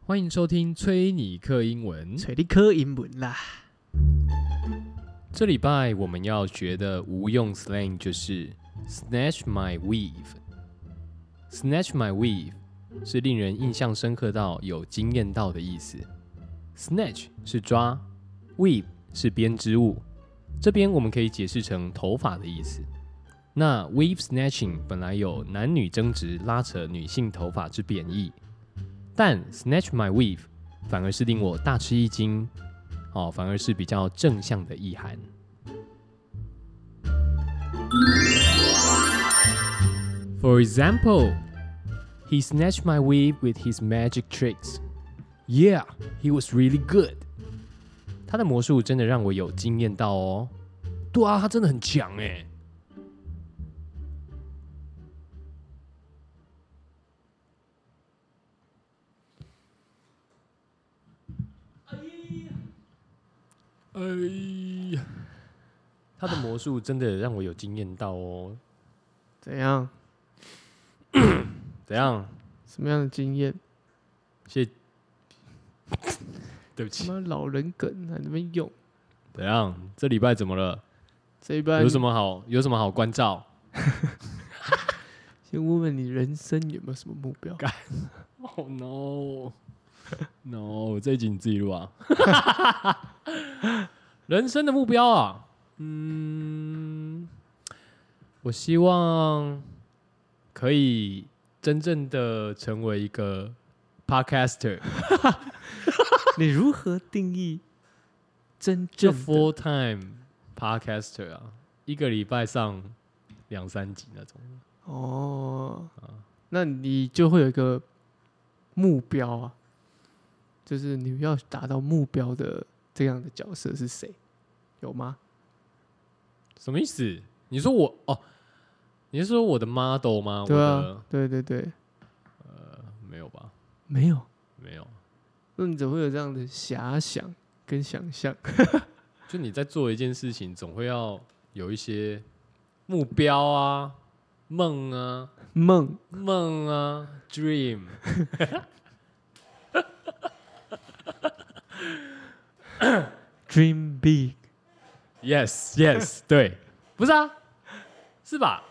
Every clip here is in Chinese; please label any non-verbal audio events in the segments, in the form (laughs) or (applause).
欢迎收听崔尼克英文。找你考英文啦。这礼拜我们要学的无用 slang 就是 snatch my weave。snatch my weave 是令人印象深刻到有惊艳到的意思。snatch 是抓，weave 是编织物，这边我们可以解释成头发的意思。那 weave snatching 本来有男女争执、拉扯女性头发之贬义，但 snatch my weave 反而是令我大吃一惊，哦，反而是比较正向的意涵。For example, he snatched my weave with his magic tricks. Yeah, he was really good. 他的魔术真的让我有惊艳到哦。对啊，他真的很强哎。哎呀，他的魔术真的让我有惊艳到哦。怎样？怎样？什么样的经验？谢， (laughs) 对不他起。妈老人梗还那边用？怎样？这礼拜怎么了？这一班有什么好？有什么好关照？先问问你人生有没有什么目标？ Oh no (laughs) no！这一集你自己录啊。 (laughs) 人生的目标啊，嗯，我希望可以真正的成为一个 (laughs) podcaster，你如何定义真就正的 full time podcaster 啊，一个礼拜上两三集那种。哦？那你就会有一个目标啊，就是你要达到目标的这样的角色是谁？有吗？什么意思？你说我哦？你是说我的 model 吗？对我的啊，对对对，没有吧？没有，没有。那你怎么会有这样的遐想跟想象？就你在做一件事情，总会要有一些目标啊、梦啊、梦梦啊、dream。 ，dream big。 Yes, yes，对，不是啊，是吧？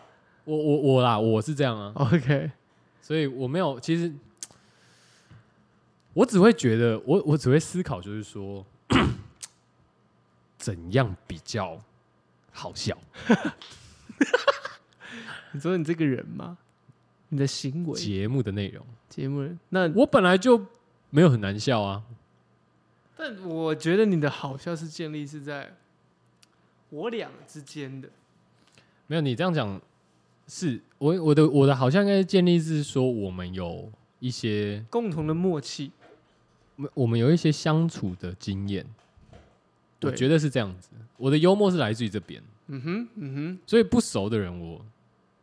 我我我啦，我是这样嗯啊， OK，所以我没有，其实我只会觉得，我我只会思考，就是说 (clears throat) 怎样比较好笑。 (laughs) 你说你这个人嘛，你的行为节目的内容，节目人，那我本来就没有很难笑啊。但我觉得你的好笑是建立是在我俩之间的，没有，你这样讲是我我的我的好像应该建立是说我们有一些共同的默契。我们有一些相处的经验，我对觉得是这样子。我的幽默是来自于这边，嗯哼，嗯所以不熟的人我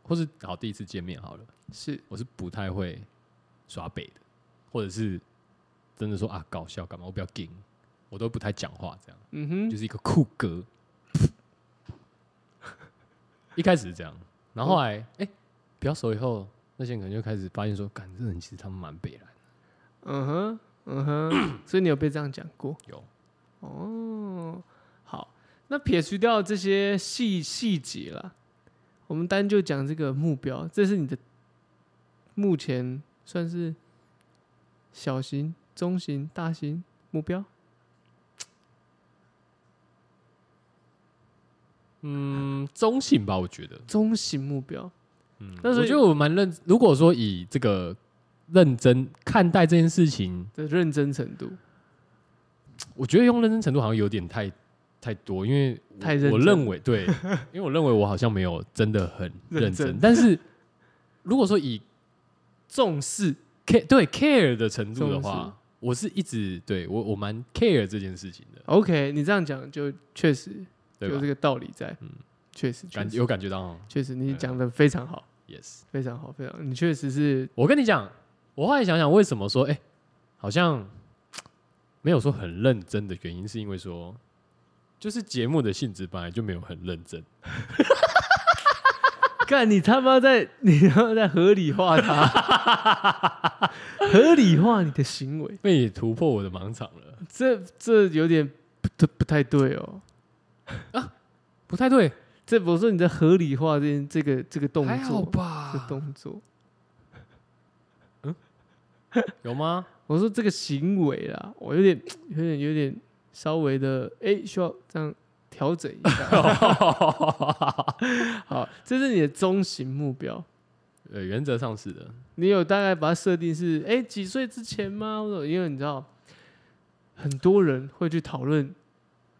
或是好第一次见面好了，哼，是我是不太会耍北的，或者是真的说啊搞笑干嘛，我比较硬，我都不太讲话这样。嗯哼，就是一个酷哥。一开始是这样，然后后来哎、比较熟以后，那些人可能就开始发现说，干这人其实他们蛮北来的。嗯哼，嗯哼，所以你有被这样讲过？有哦，好，那撇除掉这些细细节啦，我们单就讲这个目标，这是你的目前算是小型、中型、大型目标。嗯，中性吧，我觉得。中型目标。嗯，但是我觉得我蛮认，如果说以这个认真看待这件事情，的认真程度，我觉得用认真程度好像有点太太多，因为我太认真我认为对，因为我认为我好像没有真的很认 (laughs) 认真，真但是如果说以重视 care 对 care 的程度的重视话，我是一直对我我蛮 care 这件事情的， OK，你这样讲就确实对有吧这？个道理在，嗯确实，确感实，有感觉到哦确实，你讲的非常好， ，yes。非常好，非常，你确实是我跟你讲，我后来想想，为什么说哎、好像嘖没有说很认真的原因，是因为说，就是节目的性质本来就没有很认真，干你他妈在你他妈在合理化它，合理化你的行为，被你突破我的盲场了，这这有点不不不太对哦。不太对，这我说你在合理化这件这个这个动还好作，这吧？动作，有 (laughs) 吗？我说这个行为啦，我有点有点有点稍微的，哎，需要这样调整一下。好，这是你的中型目标，呃，原则上是的，你有大概把它设定是，哎，几岁之前吗？或者因为你知道，很多人会去讨论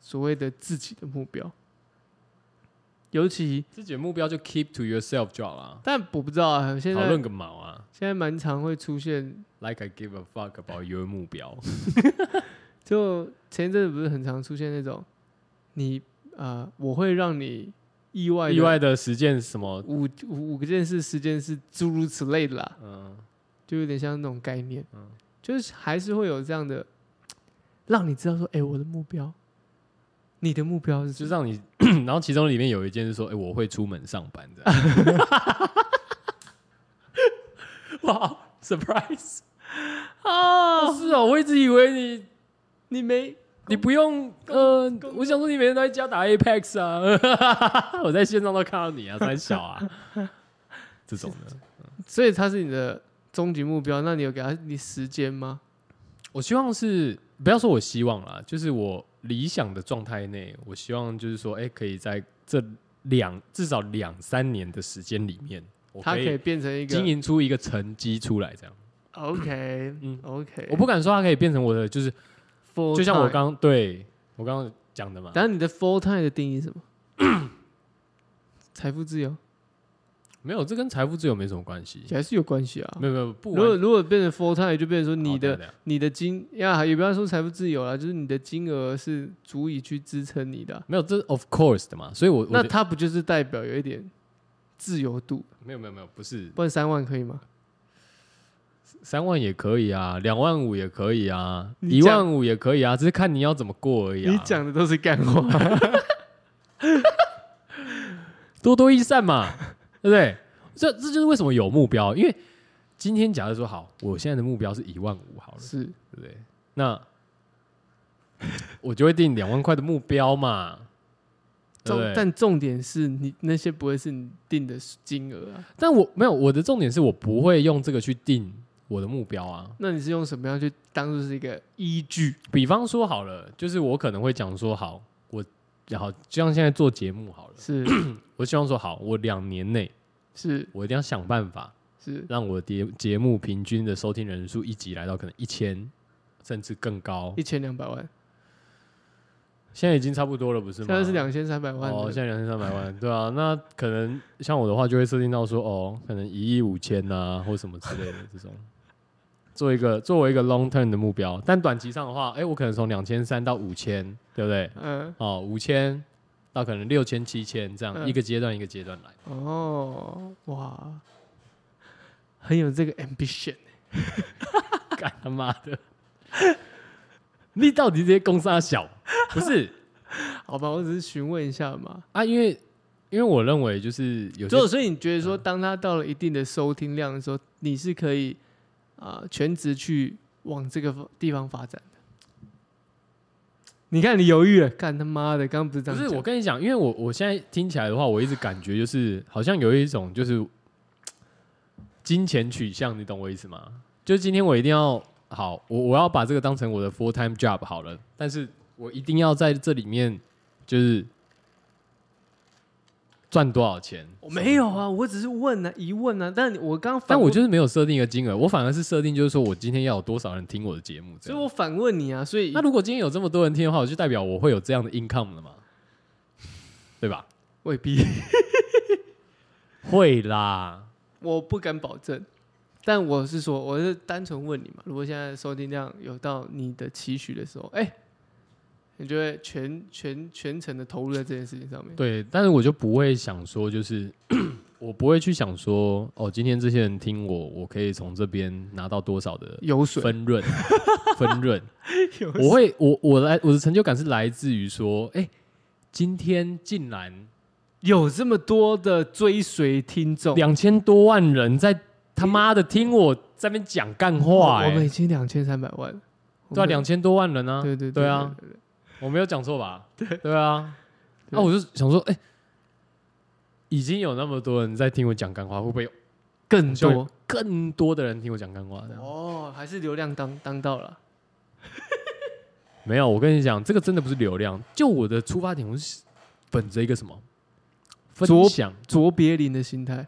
所谓的自己的目标，尤其，自己的目标就 keep to yourself 就好啦，但我不知道啊，现讨在论个毛啊现在蛮常会出现， ！Like I give a fuck about your 目标，就前一阵子不是很常出现那种，你呃，我会让你意外地意外的实践什么？五五五个件事、十件事，诸如此类的啦，嗯，就有点像那种概念，嗯就是还是会有这样的，让你知道说，哎、我的目标，你的目标是什就么让你，然后其中里面有一件是说，哎、我会出门上班的。 (laughs) 哇，surprise！(laughs) 啊，哦，是哦，我一直以为你你没你不用，呃，我想说你每天都在家打 Apex 啊， (laughs) 我在线上都看到你啊，三小 (laughs) 啊，这种的。所以它是你的终极目标。那你有给他你时间吗？我希望是不要说我希望啦，就是我理想的状态内，我希望就是说，哎、可以在这两至少两三年的时间里面，我它可可以以变成一个经营出一个成绩出来，这样。 OK，嗯 OK，我不敢说它可以变成我的，就是 full 就像我 time。刚对我刚刚讲的嘛，然后你的 full time 的定义是什么？ (coughs) 财富自由没有，这跟财富自由没什么关系。也还是有关系啊。没有没有，不如完果如果变成 full time，就变成说好你的等等你的金呀，也不要说财富自由啦，就是你的金额是足以去支撑你的啊、没有，这是 of course 的嘛，所以我那我觉得它不就是代表有一点自由度？没有没有没有，不是不然三万可以吗？三万也可以啊，两万五也可以啊，你一讲万五也可以啊，只是看你要怎么过而已啊。你讲的都是干话。 (laughs) 多多益善嘛， (laughs) 对不对？这这就是为什么有目标，因为今天假设说好，我现在的目标是一万五好了，是，对不对？那我就会定两万块的目标嘛，对不重对但重点是你那些不会是你定的金额啊，但我没有我的重点是我不会用这个去定我的目标啊。那你是用什么样去当做是一个依据？比方说好了，就是我可能会讲说好，我然后就像现在做节目好了， (coughs) 是我希望说好，我两年内是我一定要想办法是让我的节节目平均的收听人数一集来到可能一千，甚至更高。一千两百万，现在已经差不多了，不是吗？现在是两千三百万哦，的，现在两千三百万，对啊，那可能像我的话，就会设定到说，哦，可能一亿五千呐，或什么之类的这种，做一个作为一个 long term 的目标。但短期上的话，哎、我可能从两千三到五千，对不对？嗯、哦，五千到可能六千、七千这样、嗯一个阶段一个阶段来。 (laughs) 哦，哇，很有这个 ambition。干哎他妈的！ (laughs) 你到底这些公杀小不是好吧，我只是询问一下嘛。啊？因为因为我认为就是有些嗯就所以你觉得说，当他到了一定的收听量的时候，你是可以啊、呃全职去往这个方地方发展的。你看，你犹豫了，干他妈的，刚刚不是这不样是讲？我跟你讲，因为我我现在听起来的话，我一直感觉就是好像有一种就是金钱取向，你懂我意思吗？就是今天我一定要好，我我要把这个当成我的 full time job 好了，但是我一定要在这里面就是赚多少钱？我没有啊，我只是问啊，疑问啊。但我刚反但我问，就是没有设定一个金额，我反而是设定就是说我今天要有多少人听我的节目这所以样。我反问你啊，所以那如果今天有这么多人听的话，我就代表我会有这样的 income (laughs) 了嘛？对吧？未 (laughs) 必，会啦，我不敢保证。但我是说，我是单纯问你嘛。如果现在收听量有到你的期许的时候，哎、你就会全全全程的投入在这件事情上面。对，但是我就不会想说，就是 (coughs) 我不会去想说，哦，今天这些人听我，我可以从这边拿到多少的有水，分 (laughs) 润，分润。有水我会，我我来，我的成就感是来自于说，哎、今天竟然有这么多的追随听众，两千多万人在他妈的听我在那边讲干话、我们欸，已经两千三百万了，我对啊，们两千多万人啊，对对对啊，对对我没有讲错 (laughs) 吧？对对啊，对那我就想说，哎、已经有那么多人在听我讲干话，会不会有更就多有更多的人听我讲干话？这样哦，还是流量当当道了，没有，我跟你讲，这个真的不是流量，就我的出发点，我是本着一个什么分卓享、卓别林的心态，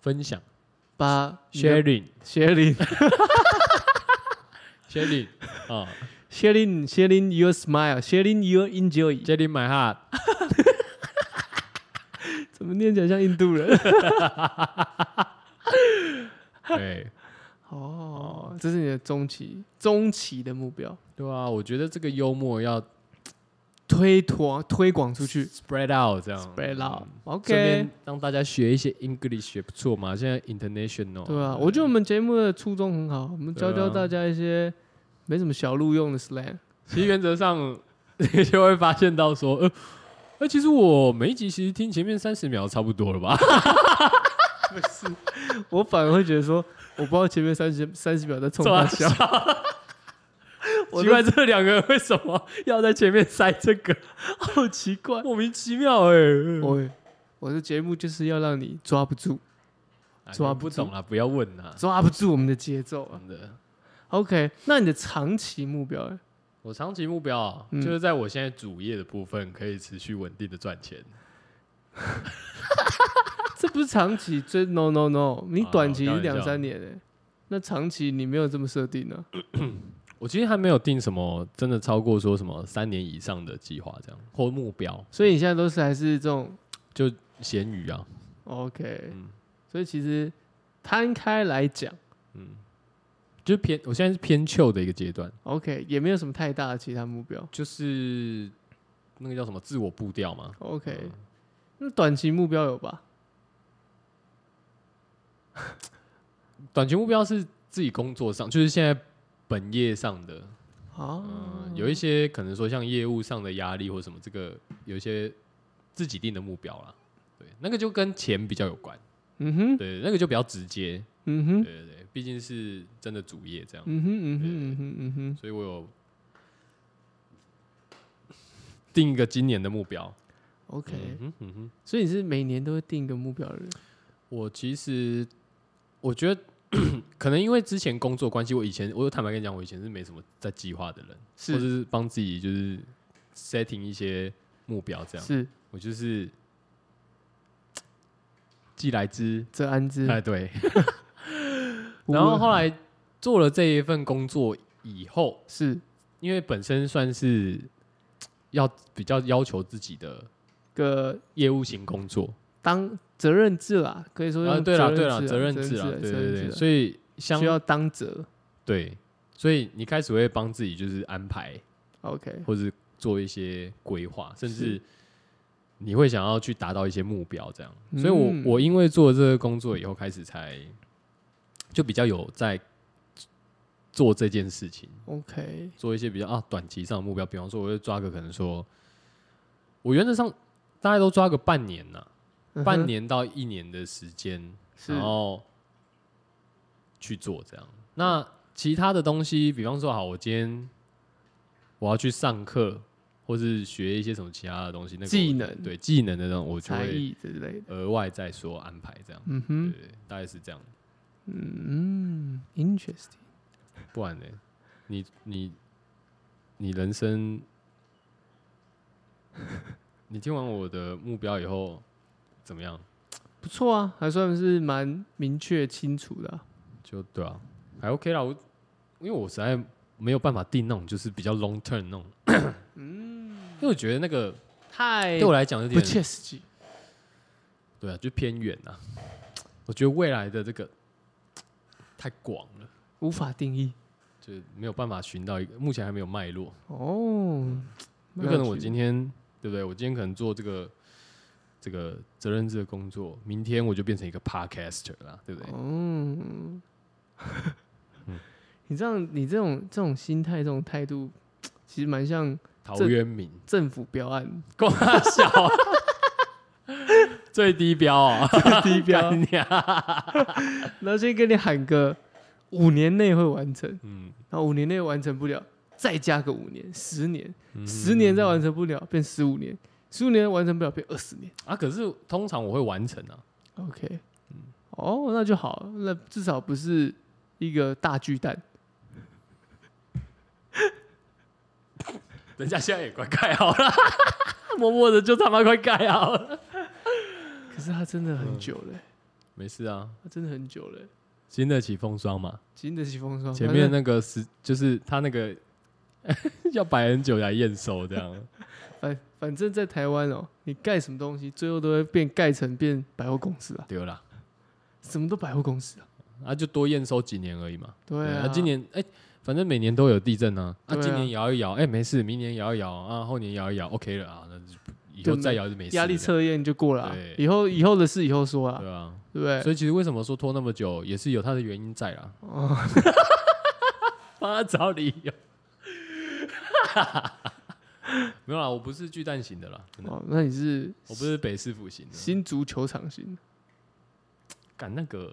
分享、把 sharing、 (laughs) 谢林 sharing 啊、谢林谢林 your smile，谢林 your enjoy， sharing my (laughs) heart。怎么念起来像印度人？对， (laughs) 哦，这是你的中期中期的目标，对啊，我觉得这个幽默要推广推广出去 spread out 这样 spread out 嗯顺便 OK，让大家学一些 English 也不错嘛。现在 international，对啊，我觉得我们节目的初衷很好，我们教对啊教大家一些没什么小路用的 slang，其实原则上 (laughs) 你就会发现到说，呃，那其实我每一集其实听前面三十秒差不多了吧？我反而会觉得说，我不知道前面 (laughs) 三十三十秒在冲他笑， (laughs) 我奇怪，这两个人为什么要在前面塞这个？ (laughs) 好奇怪。莫名其妙哎、我我的节目就是要让你抓不住，哎抓不不懂啦，不要问啦。抓不住我们的节奏啊。真的， OK，那你的长期目标呢我长期目标啊嗯就是在我现在主业的部分可以持续稳定的赚钱。这不是长期，这 no no no，你啊短期我是开玩两笑三年诶、那长期你没有这么设定呢、我其实还没有定什么真的超过说什么三年以上的计划这样或目标，所以你现在都是还是这种就咸鱼啊， OK，、嗯所以其实摊开来讲就是偏我现在是偏旧的一个阶段， ，OK 也没有什么太大的其他目标就是那个叫什么自我步调嘛， ，OK，、嗯那短期目标有吧？短期目标是自己工作上，就是现在本业上的，啊，嗯，有一些可能说像业务上的压力或什么，这个有一些自己定的目标啦，对，那个就跟钱比较有关，嗯哼，对，那个就比较直接，嗯对哼，对对，毕竟是真的主业这样，嗯哼，嗯哼，嗯哼，嗯哼，所以我有定一个今年的目标。 OK，、嗯哼嗯哼，所以你是每年都会定一个目标的人，我其实我觉得 (clears throat) 可能因为之前工作关系，我以前我有坦白跟你讲，我以前是没什么在计划的人，是或者是帮自己就是 setting 一些目标这样。是我就是既来之，这安之。哎 (laughs) 对。不然后问后来做了这一份工作以后，是因为本身算是要比较要求自己的个业务型工作，当责任制啦，可以说啊，用对了，对啊了，责任制啊了，对对对，所所以以相需要当责。对，所以你开始会帮自己就是安排， OK，或是做一些规划，甚至是你会想要去达到一些目标，这样。嗯所以我我因为做了这个工作以后，开始才就比较有在做这件事情， OK，做一些比较啊短期上的目标，比方说，我会抓个可能说，我原则上大概都抓个半年呐、嗯哼半年到一年的时间，是然后去做这样。那其他的东西，比方说，好，我今天我要去上课，或是学一些什么其他的东西，那个技我能对技能的那种，我就才会艺之类的。额外再说安排这样。嗯对哼，对，对大概是这样。嗯，interesting。不然呢？你你你人生， (laughs) 你听完我的目标以后怎么样？不错啊，还算是蛮明确清楚的啊、就对啊，还 OK 啦。我因为我实在没有办法定那种就是比较 long term 那种，因为我觉得那个太对我来讲有不点切实际。对啊，就偏远啊。我觉得未来的这个太广了，无法定义就没有办法寻到一个，目前还没有脉络。哦，有可能我今天天对不对？我今天可能做这个这个责任制的工作，明天我就变成一个 podcaster 啦，对不对？哦，嗯 (laughs) 你这样你这种这种心态这种态度，其实蛮像陶渊明， (laughs) 政府标案，够他小啊、 (laughs) 最低标哦，低标。干你啊然后先跟你喊个五年内会完成，嗯，然后五年内完成不了，再加个五年，十年，嗯十年再完成不了，变十五年，十五年完成不了，变二十年。啊，可是通常我会完成啊， (laughs) OK，哦，嗯那就好，那至少不是一个大巨蛋。人家现在也快盖好了， (laughs) 默默的就他妈快盖好了，可是它真的嗯很久了、没事啊，它真的很久了、经得起风霜嘛。经得起风霜。前反面正那个是就是他那个 (laughs) 要摆很久来验收这样，反反正在台湾哦，你盖什么东西，最后都会变盖成变百货公司啊，对啦，什么都百货公司啊。啊就多验收几年而已嘛。对啊，今年哎、反正每年都有地震啊，啊，对啊今年摇一摇，哎、没事，明年摇一摇啊，后年摇一摇，OK 了啊，那就不以就后没再摇就没事了。压力测验就过了啊、对以后以后的事以后说啊，对啊，对不对？所以其实为什么说拖那么久，也是有它的原因在 (laughs) 啦。哦帮他找理由。 (laughs) 没有啦，我不是巨蛋型的啦，真的，哦，那你是我不是北市府型的。新足球场型，干那个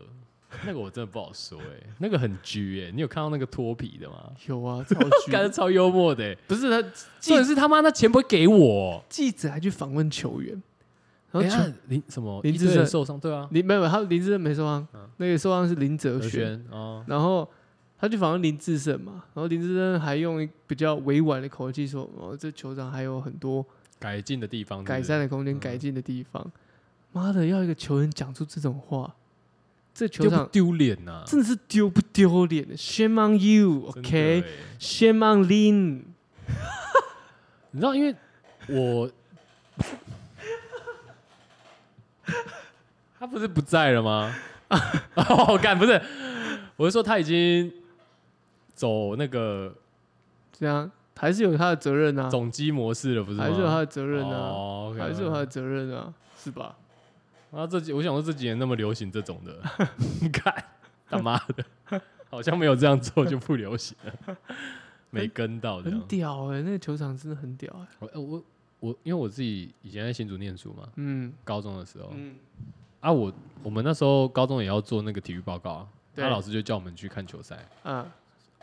那个我真的不好说哎、那个很拘哎、你有看到那个脱皮的吗？有 (laughs) 啊，超感觉巨，超幽默的、欸，不是他重记点是他妈那钱不会给我、记者还去访问球员，然然后球、后林什么林一志堆人胜受伤，对啊，林没有没有，他林志胜没受伤，那个受伤是林哲嗯哲学，轩哦，然后他去访问林志胜嘛，然后林志胜还用比较委婉的口气说，哦，这球场还有很多改进的地方是不是改善的空间、嗯改进的地方。妈的，要一个球员讲出这种话，这球丢不场丢脸啊呐？真的是丢不丢脸的？Shame 真 on 的 you，OK？Shame、欸 on Lin。你知道，因为我 (laughs) 他不是不在了吗？ (laughs) 哦，干不是，我是说他已经走那个这样还是有他的责任啊，总机模式了，不是吗？还是有他的责任啊，哦，OK，还是有他的责任啊，是吧？啊，这几我想说这几年那么流行这种的， (laughs) 看他妈的，好像没有这样做就不流行了，没跟到这很样。屌哎、那个球场真的很屌哎、我我我，因为我自己以前在新竹念书嘛，嗯高中的时候，嗯，啊，我我们那时候高中也要做那个体育报告啊，对那老师就叫我们去看球赛。啊，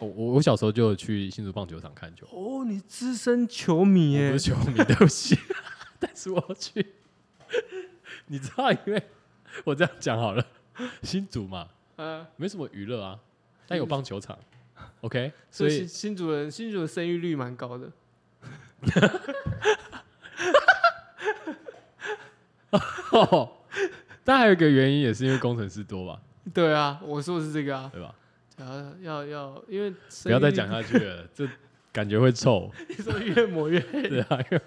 我我我小时候就有去新竹棒球场看球，哦，你资深球迷我耶、不是球迷， (laughs) 对不起，但是我去， (laughs) 你知道，因为我这样讲好了，新竹嘛，啊，没什么娱乐啊，但有棒球场，OK，所所以以新新主人新主的生育率蛮高的，哦，但还有一个原因也是因为工程师多吧，对啊，我说的是这个啊，对吧？要要要，因为不不要再讲，下去了，这感觉会臭， (laughs) 你说越抹越黑，对啊，因为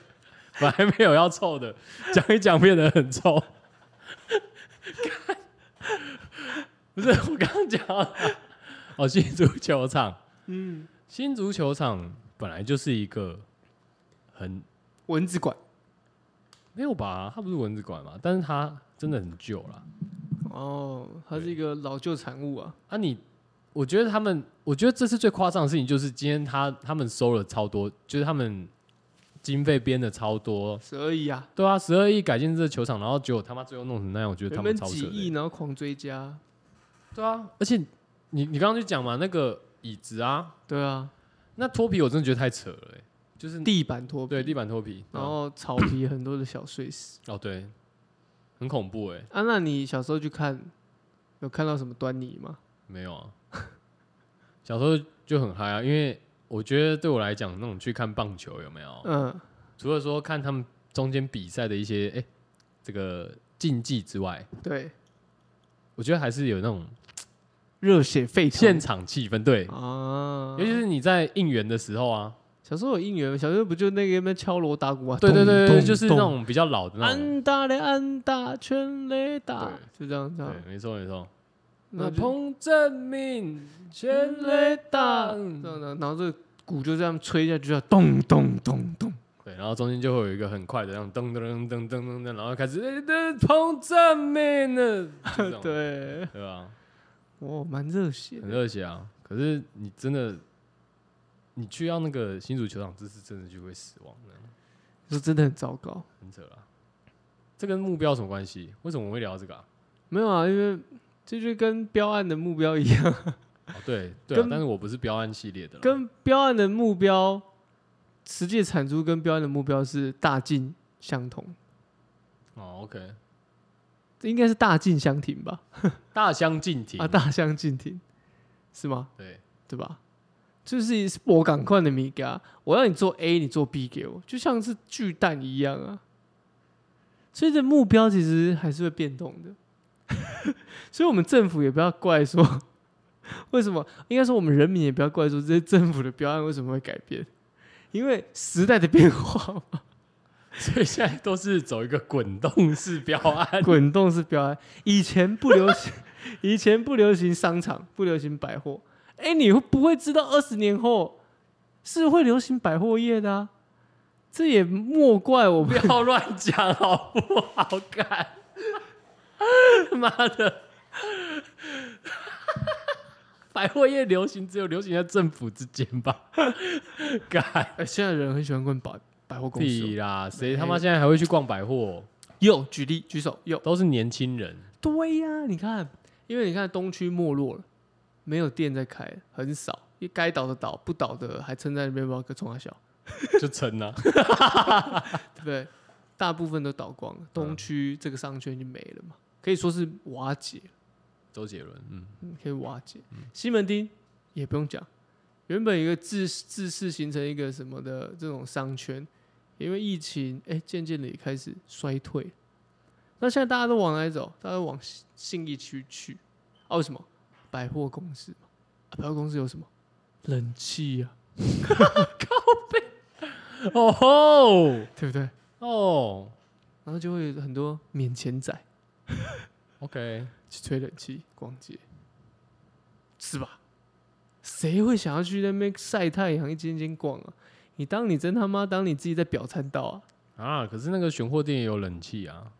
本来没有要臭的，讲一讲变得很臭。不是我刚刚讲到哦，新足球场，嗯，新足球场本来就是一个很蚊子馆没有吧，它不是蚊子馆嘛，但是它真的很旧啦。哦，它是对一个老旧产物啊，啊你，我觉得他们，我觉得这次最夸张的事情就是今天他他们收了超多，就是他们经费编的超多，十二亿啊，对啊，十二亿改建这球场，然后结果他妈最后弄成那样，我觉得他原们本超扯几的亿，然后狂追加，对啊，而且你你刚刚就讲嘛，那个椅子啊，对啊，那脱皮我真的觉得太扯了、欸，就是地板拖对地板脱皮，然啊后草皮很多的小碎石。哦对，很恐怖哎、啊，那你小时候去看，有看到什么端倪吗？没有啊， (laughs) 小时候就很嗨啊，因为我觉得对我来讲，那种去看棒球有没有，嗯，除了说看他们中间比赛的一些哎、这个竞技之外，对，我觉得还是有那种热血沸腾现场气氛，对，啊！尤其是你在应援的时候啊，小时候有应援，小时候不就那个边敲锣打鼓啊？对对对咚对，咚就是那种比较老的咚那种，安打嘞，安打，全垒打，就这样这样对，。没错没错。然后就彭正明全垒打这样啊的，然后这个鼓就这样吹下去，就要咚咚咚咚。对，然后中间就会有一个很快的那种噔噔噔噔噔噔噔，然后开始哎噔彭正 (laughs) 明的，就这种对，对吧？哦，蛮热血很的。热血啊！可是你真的，你去到那个新竹球场，这是真的就会死亡的，就真的很糟糕。很扯啦。啊这跟目标有什么关系？为什么我们会聊到这个啊？没有啊，因为这就跟标案的目标一样， (laughs) 哦，对对、啊跟，但是我不是标案系列的啦，跟标案的目标实际产出跟标案的目标是大近相同，哦，OK，应该是大近相庭吧？大相径庭啊，大相径庭是吗？对，对吧？就是我赶快的米嘎，我要你做 A，你做 B 给我，就像是巨蛋一样啊。所以这目标其实还是会变动的， (laughs) 所以我们政府也不要怪说 (laughs) 为什么，应该说我们人民也不要怪说这些政府的标案为什么会改变，因为时代的变化嘛，，所以现在都是走一个滚动式标案 (laughs) 滚动式标案，以前不流行， (laughs) 以前不流行商场，不流行百货，哎、你会不会知道二十年后是会流行百货业的啊？这也莫怪我不们，要乱讲好不好？干，妈的，百货业流行只有流行在政府之间吧？干 (laughs) 哎，现在人很喜欢逛百百货公司哦。屁啦，谁他妈现在还会去逛百货？有举例举手有，都是年轻人，对呀、你看，因为你看东区没落了，没有店在开，很少，一该倒的倒，不倒的还撑在那边，不知道个冲他笑，就撑啊。对不对？大部分都倒光了，东区这个商圈就没了嘛，可以说是瓦解。 (laughs) 周杰伦，嗯，嗯可以瓦解。西门町也不用讲，原本一个自自市形成一个什么的这种商圈，因为疫情，哎、渐渐的也开始衰退。那现在大家都往哪里走？大家都往信信义区去。啊，为什么？百货公司嘛、啊百货公司有什么？冷气啊，哦吼，对不对？哦然后就会有很多免钱仔，OK，去吹冷气、逛街，是吧？谁会想要去那边晒太阳，一间间逛啊？你当你真他妈当你自己在表参道啊？啊，可是那个选货店也有冷气啊，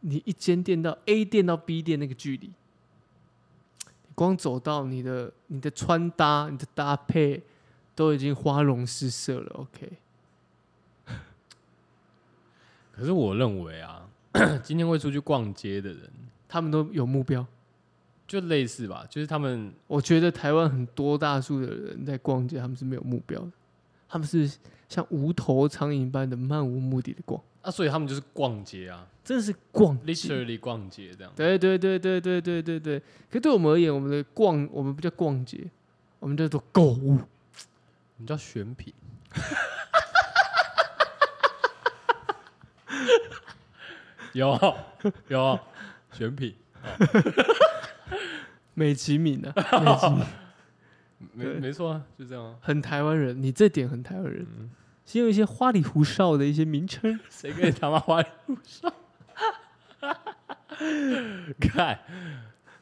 你一间店到 A 店到 B 店那个距离，你光走到你的你的穿搭、你的搭配都已经花容失色了。OK，可是我认为啊， (clears throat) 今天会出去逛街的人，他们都有目标。就类似吧，就是他们我觉得台湾很多大数的人在逛街，他们是没有目标的，他们是像无头苍蝇般的漫无目的的逛，啊，所以他们就是逛街啊真的是逛街。 ，literally 逛街这样。对对对对对对对对。可对我们而言，我们的逛，我们不叫逛街，我们叫做购物。你叫选品， (laughs) 有有选品，美其名啊，美其名没对没错啊，就这样啊。很台湾人，你这点很台湾人，先用一些花里胡哨的一些名称。谁跟你他妈花里胡哨？ (laughs) 看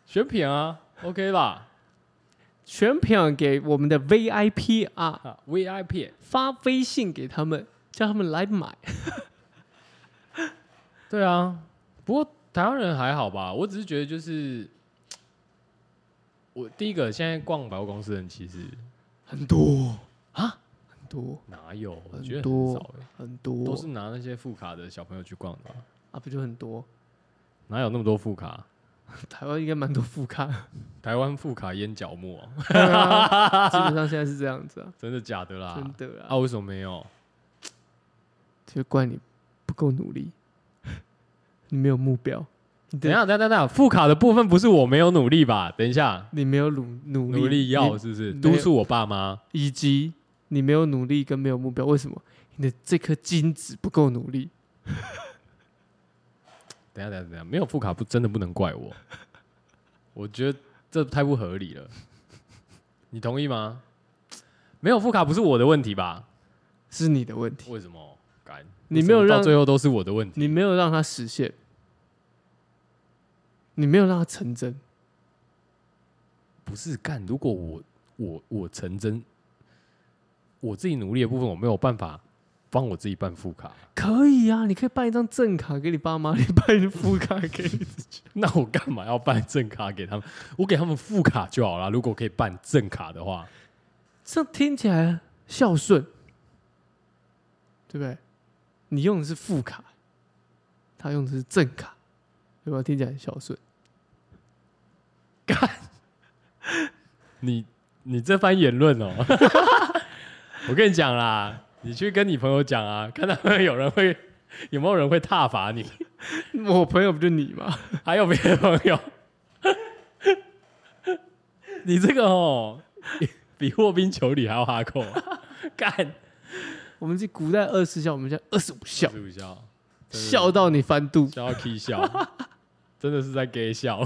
选品啊，OK 吧？全票给我们的 VIP 啊，啊，VIP，发微信给他们，叫他们来买。对啊，不过台湾人还好吧？我只是觉得就是，我第一个现在逛百货公司的人其实很多啊，很多哪有？我很觉得很多少、欸，很多，都是拿那些副卡的小朋友去逛的吧、啊，不就很多？哪有那么多副卡？台湾应该蛮多副刊， (laughs) 台湾副卡淹角膜啊、对啊基本上现在是这样子啊，真的假的啦？真的啊，啊，为什么没有？就怪你不够努力， (laughs) 你没有目标，你等一的下，等一下等一下，副卡的部分不是我没有努力吧？等一下，你没有努努力努力要你是不是没有督促我爸妈？以及你没有努力跟没有目标，为什么？你的这颗精子不够努力，等一下等一下等一下，没有副卡不真的不能怪我，我觉得这太不合理了，你同意吗？没有副卡不是我的问题吧？是你的问题，为什么？敢你没有为什么到让最后都是我的问题，你没有让它实现，你没有让它成真，不是干？如果我我我成真，我自己努力的部分我没有办法帮我自己办副卡，可以啊，你可以办一张正卡给你爸妈， (laughs) 你办一张副卡给你自己，那我干嘛要办正卡给他们？我给他们副卡就好了。如果可以办正卡的话，这样听起来孝顺，对不对？你用的是副卡，他用的是正卡，有没有听起来很孝顺？你你这番言论哦， (laughs) 我跟你讲啦，你去跟你朋友讲啊，看他们有人会有没有人会挞伐你，我朋友不就你吗？还有别的朋友， (laughs) 你这个哦，比比卧冰求鲤还要哈扣、 (laughs) 啊，干 (laughs) 我们是古代二十孝，我们现在二十五孝，是不是笑，真的孝到你翻肚。笑到 k 笑，真的是在 gay 笑，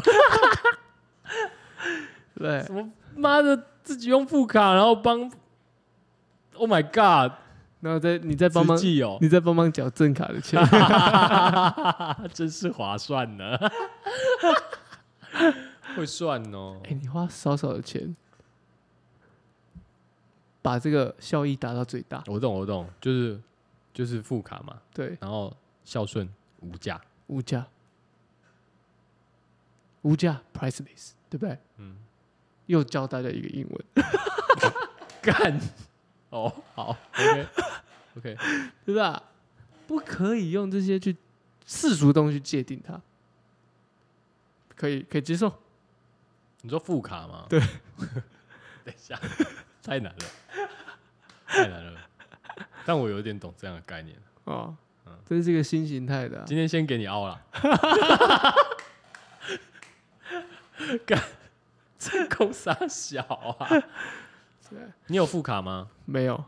对，什么妈的自己用副卡，然后帮，Oh my God，然后再你再帮忙自，己哦，你再帮忙缴正卡的钱。真是划算 (laughs) 呢，会算哦 (laughs) 哎、，你花少少的钱，把这个效益达到最大。我懂我懂，就是就是副卡嘛，对，然后孝顺无价，无价，无价 priceless，对不对？嗯，又教大家一个英文， (laughs) 干，哦 (laughs) 好，OK OK，对吧？不可以用这些去世俗的东西去界定它，可以可以接受。你说副卡吗？ (laughs) 对，等一下，太难了，太难了，但我有点懂这样的概念。哦嗯，这是一个新形态的啊、今天先给你凹了， (laughs) 干，这公傻小啊！对你有副卡吗？没有，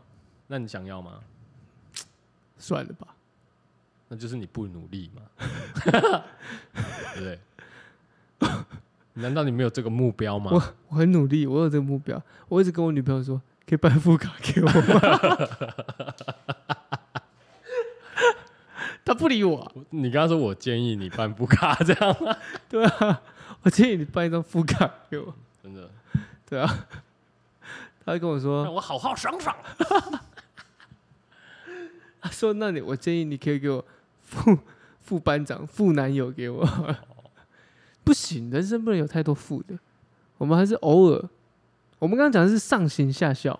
那你想要吗？算了吧。那就是你不努力嘛， (laughs) 对不对？难道你没有这个目标吗？我我很努力，我有这个目标，我一直跟我女朋友说，可以办副卡 (laughs) 给我吗？她不理我啊、我你刚刚说我建议你办副卡，这样吗？对啊，我建议你办一张副卡给我，真的，对啊。她就跟我让 (laughs) 说，我好好爽爽。她说那你我建议你可以给我副 (laughs) 副班长、副男友给我， (laughs) 不行，人生不能有太多副的，我们还是偶尔。我们刚刚讲的是上行下效，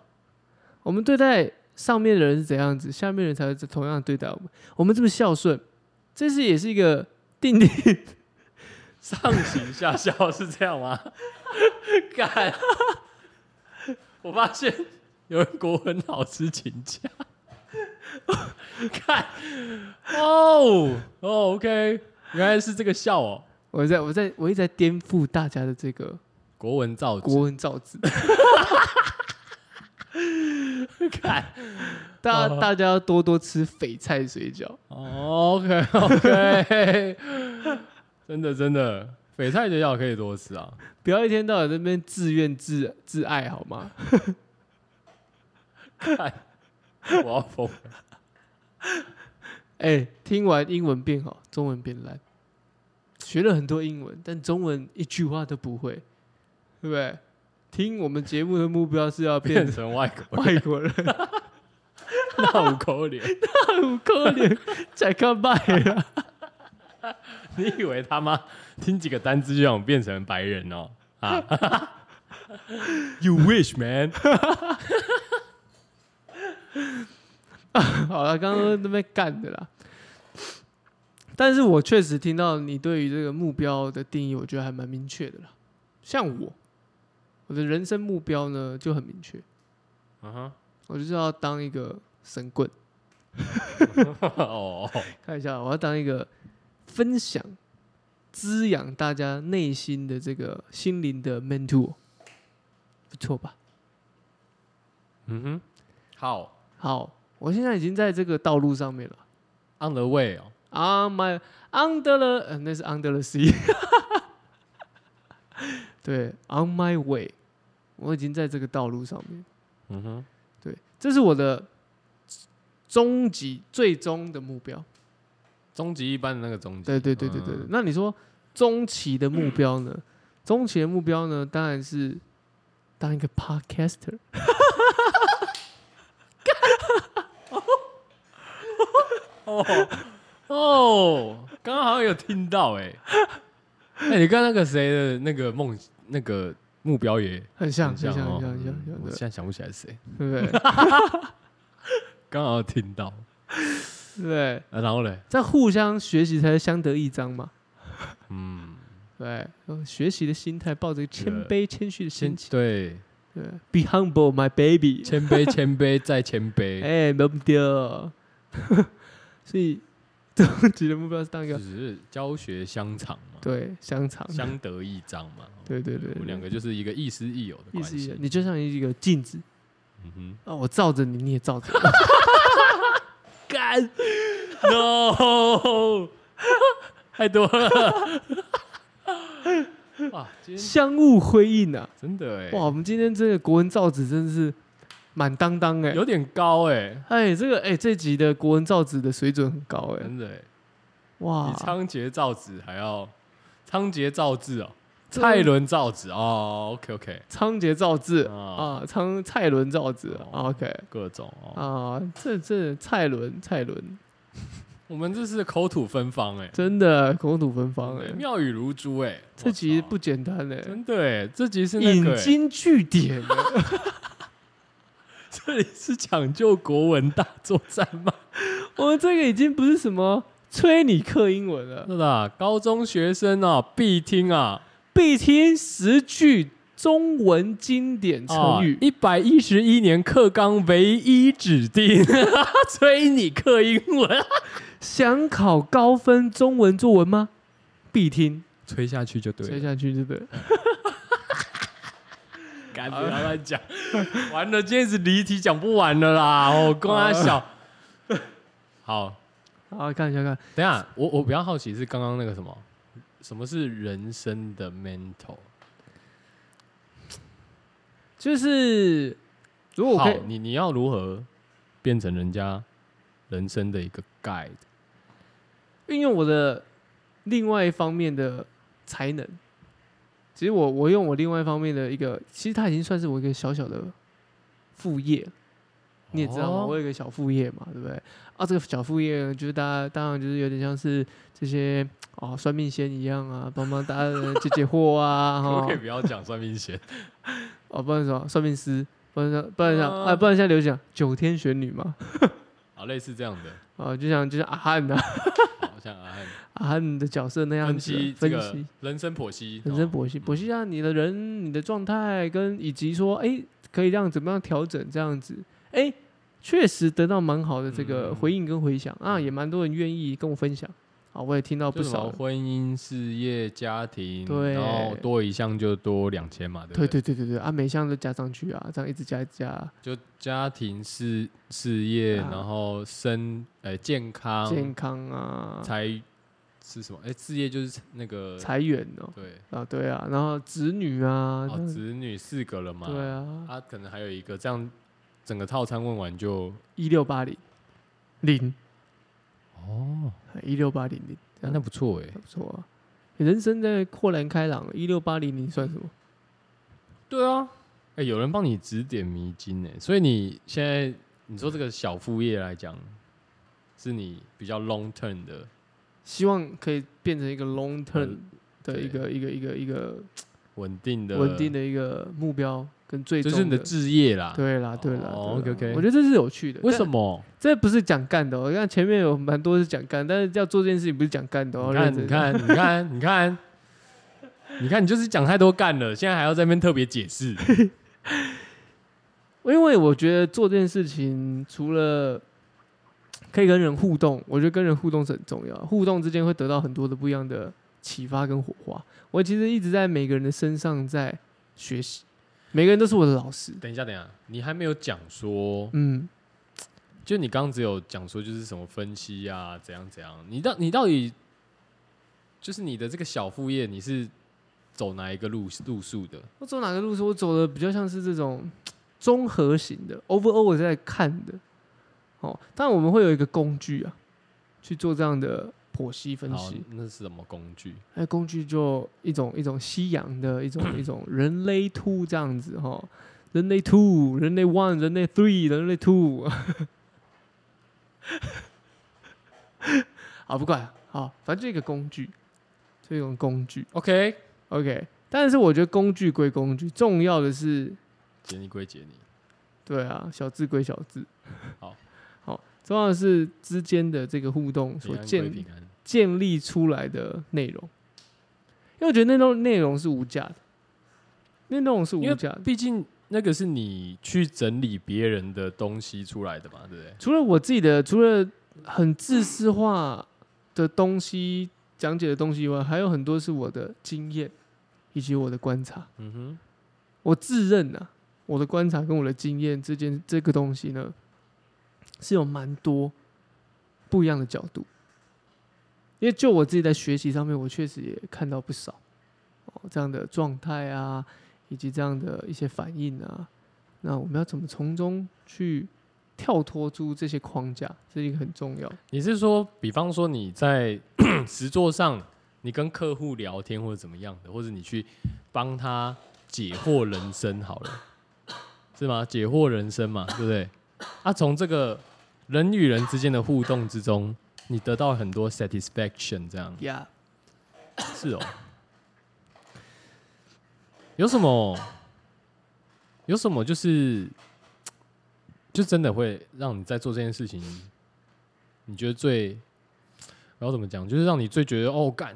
我们对待上面的人是怎样子，下面的人才会同样对待我们。我们这么孝顺，这是也是一个定力。 (laughs) 上行下效是这样吗？ (laughs) 干！我发现有人国文老师请假， (laughs) 看哦哦，OK，原来是这个笑哦，我在我在我一直在颠覆大家的这个国文造国纸，文造字，看 (laughs) 大家哦大家要多多吃肥菜水饺。哦 OK OK，真的真的， (laughs) 翡翠水饺可以多吃啊，不要一天到晚在那边自怨自自艾好吗？我要疯了，哎、听完英文变好，中文变烂，学了很多英文，但中文一句话都不会，对不对？听我们节目的目标是要变变 (laughs) 成成外国人，外国人，那五口脸，五可怜才看卖了。 (laughs) 你以为他妈听几个单字就想变成白人哦？啊，You wish, man！ (laughs) 好了，刚刚那边干的啦。但是我确实听到你对于这个目标的定义，我觉得还蛮明确的啦。像我，我的人生目标呢就很明确，嗯我就是要当一个神棍。哼， (laughs) 哦，看一啊下，我要当一个分享、滋养大家内心的这个心灵的 mentor，不错吧？嗯哼，好好，我现在已经在这个道路上面了。 ，On the way 哦， On my 啊 under the，、呃、那是 under the sea，对，on my way，我已经在这个道路上面。嗯哼，对，这是我的终极、最终的目标。终极一般的那个终极，对对对对对对嗯。那你说中期的目标呢？中期的目标呢，当然是当一个 podcaster。哦，刚刚好像有听到哎，哎，你跟那个谁的那个梦那个目标也很像，很很像，哦很像，很像，嗯我很现像在想不起来是谁，对对不对？刚好有听到，对， (laughs) 啊，然后嘞，这样互相学习才是相得益彰嘛。嗯，对，用学习的心态，抱着谦对卑谦虚的心先情，对对，Be humble, my baby。谦卑，谦卑再谦卑，哎，没不丢。 (laughs) 所以，终极的目标是当一只个是教学相长嘛， (laughs) 对香肠，相得益彰嘛。对对对我们两个就是一个亦师亦友的意关思一系下，。你就像一个镜子嗯哼。啊，我照着你，你也照着我。干，no，太多了。 (laughs) 哇，今天 (laughs) 相互辉映啊！真的哎，哇，我们今天这个国文造纸真的是满当当哎、有点高哎，哎，这个哎、这集的国文造纸的水准很高哎、真的哎，哇比，仓颉造纸还要仓颉造字哦，对蔡伦造纸哦，OK OK，仓颉造字啊，啊，仓蔡伦造纸哦啊，OK 各种哦，啊，这这蔡伦蔡伦我们这是口吐芬芳哎，真的口吐芬芳哎、对妙语如珠哎，这集我操不简单哎、真的哎，这集是那个引哎，经据典哎、 (laughs) 这里是讲究国文大作战吗？ (laughs) 我们这个已经不是什么催你刻英文了，是的，啊高中学生啊必听啊。必听十句中文经典成语。啊一百一十一年课纲唯一指定， (laughs) 催你刻英文，想考高分中文作文吗？必听，吹下去就对接，下去对不对？ (laughs) 敢不要乱讲， (laughs) 完了，今天是离题讲不完了啦，我跟他小， (laughs) 好，好，看一下看，等一下我我比较好奇是刚刚那个什么，什么是人生的 mental？就是如果我好可以，你你要如何变成人家人生的一个 guide？运用我的另外一方面的才能，其实我我用我另外一方面的一个，其实它已经算是我一个小小的副业，你也知道嘛，哦 (laughs) 我有一个小副业嘛，对不对？啊，这个小副业呢就是大家当然就是有点像是这些哦算命仙一样啊，帮帮大家呃解解 (laughs) 惑啊，可不可以哈，不要讲算命学？哦，不然什么算命师，不然说不然讲哦啊，不然现在流行讲九天玄女嘛，好，类似这样的，啊，就像就像阿汉的、好像 (laughs) 阿汉阿汉的角色那样分子啊析这分个析。人生剖析，哦人生析剖析，剖析一下你的人、你的状态，跟以及说，哎、可以让怎么样调整这样子，哎、确实得到蛮好的这嗯个回应跟回响、啊，也蛮多人愿意跟我分享啊，我也听到不不少少。婚姻、事业、家庭，对然后多一项就多两千嘛，对不对对？对对对对啊，每项都加上去啊，这样一直加一直加，就家庭、事事业，啊然后身呃健康、健康啊，财是什么？哎，事业就是那个财源哦对，啊，对啊，然后子女啊，哦，这样子女四个了嘛，对，啊，啊，可能还有一个这样，整个套餐问完就一六八零零哦，一六八零零，这那样那不错哎还，不错啊，人生在豁然开朗，一六八零零算什么？对啊，哎，有人帮你指点迷津哎，所以你现在你说这个小副业来讲，是你比较 long term 的。希望可以变成一个 long term 的对一个一个一个一个稳定的稳定的一个目标跟最就终是你的置业啦。，对啦，对啦哦对啦 OK，OK 我觉得这是有趣的。为什么？么？这不是讲干的哦，看前面有蛮多是讲干，但是要做这件事情不是讲干的哦。你认看，真你，看，你看，你看，你看，你就是讲太多干了，现在还要在那边特别解释。 (laughs) 因为我觉得做这件事情除了可以跟人互动，我觉得跟人互动是很重要，互动之间会得到很多的不一样的启发跟火花。我其实一直在每个人的身上在学习，每个人都是我的老师。等一下，等一下，你还没有讲说，嗯，就你刚刚只有讲说就是什么分析啊，怎样怎样，你到你到底就是你的这个小副业，你是走哪一个路路数的？我走哪个路是我走的比较像是这种综合型的，overall 我在看的。哦，当然我们会有一个工具啊，去做这样的剖析分好析。，那是什么工具？那工具就一种一种西洋的一种一种人类 two 这样子哈、哦，人类 two，人类 one，人类 three，人类 two。好，不管好，反正就一个工具，就一种工具。 OK， OK，但是我觉得工具归工具，重要的是解你归解你。对啊，小字归小字。好，好，重要的是之间的这个互动所平安归建平安，建立出来的内容，因为我觉得那种内容是无价的，那内容是无因为价的。毕竟那个是你去整理别人的东西出来的嘛，对不对？除了我自己的，除了很自私化的东西讲解的东西以外，还有很多是我的经验以及我的观察。嗯哼，我自认啊，我的观察跟我的经验之间这个东西呢，是有蛮多不一样的角度。因为就我自己在学习上面，我确实也看到不少哦这样的状态啊，以及这样的一些反应啊。那我们要怎么从中去跳脱出这些框架，这是一个很重要。你是说，比方说你在 (clears throat) 实作上，你跟客户聊天或者怎么样的，或者你去帮他解惑人生好了，是吗？解惑人生嘛，对不对？啊，从这个人与人之间的互动之中，你得到很多 satisfaction，这样。呀、是哦。有什么？有什么就是，就真的会让你在做这件事情，你觉得最，然后怎么讲，就是让你最觉得哦，干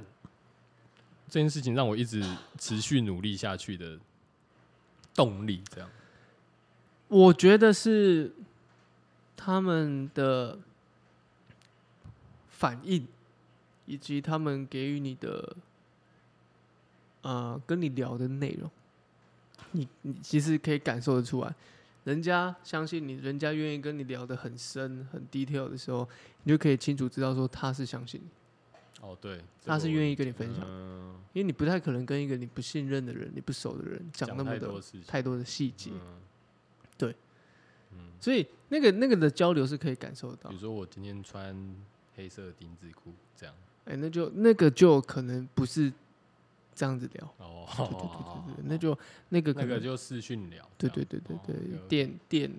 这件事情让我一直持续努力下去的动力，这样。我觉得是他们的反应，以及他们给予你的，呃，跟你聊的内容，你你其实可以感受得出来，人家相信你，人家愿意跟你聊得很深、很 detail 的时候，你就可以清楚知道说他是相信你，哦，对，他是愿意意跟你分享，嗯，因为你不太可能跟一个你不信任的人、你不熟的人讲那么太的多事情，太多的细节，嗯所以那个那个的交流是可以感受得到比如。说我今天穿黑色的丁字裤，这样。哎、那就那个就可能不是这样子聊，哦，对对 (laughs) 对对对，那就那个可那能个就视讯聊，对这对样对对哦 (laughs) 对有，电电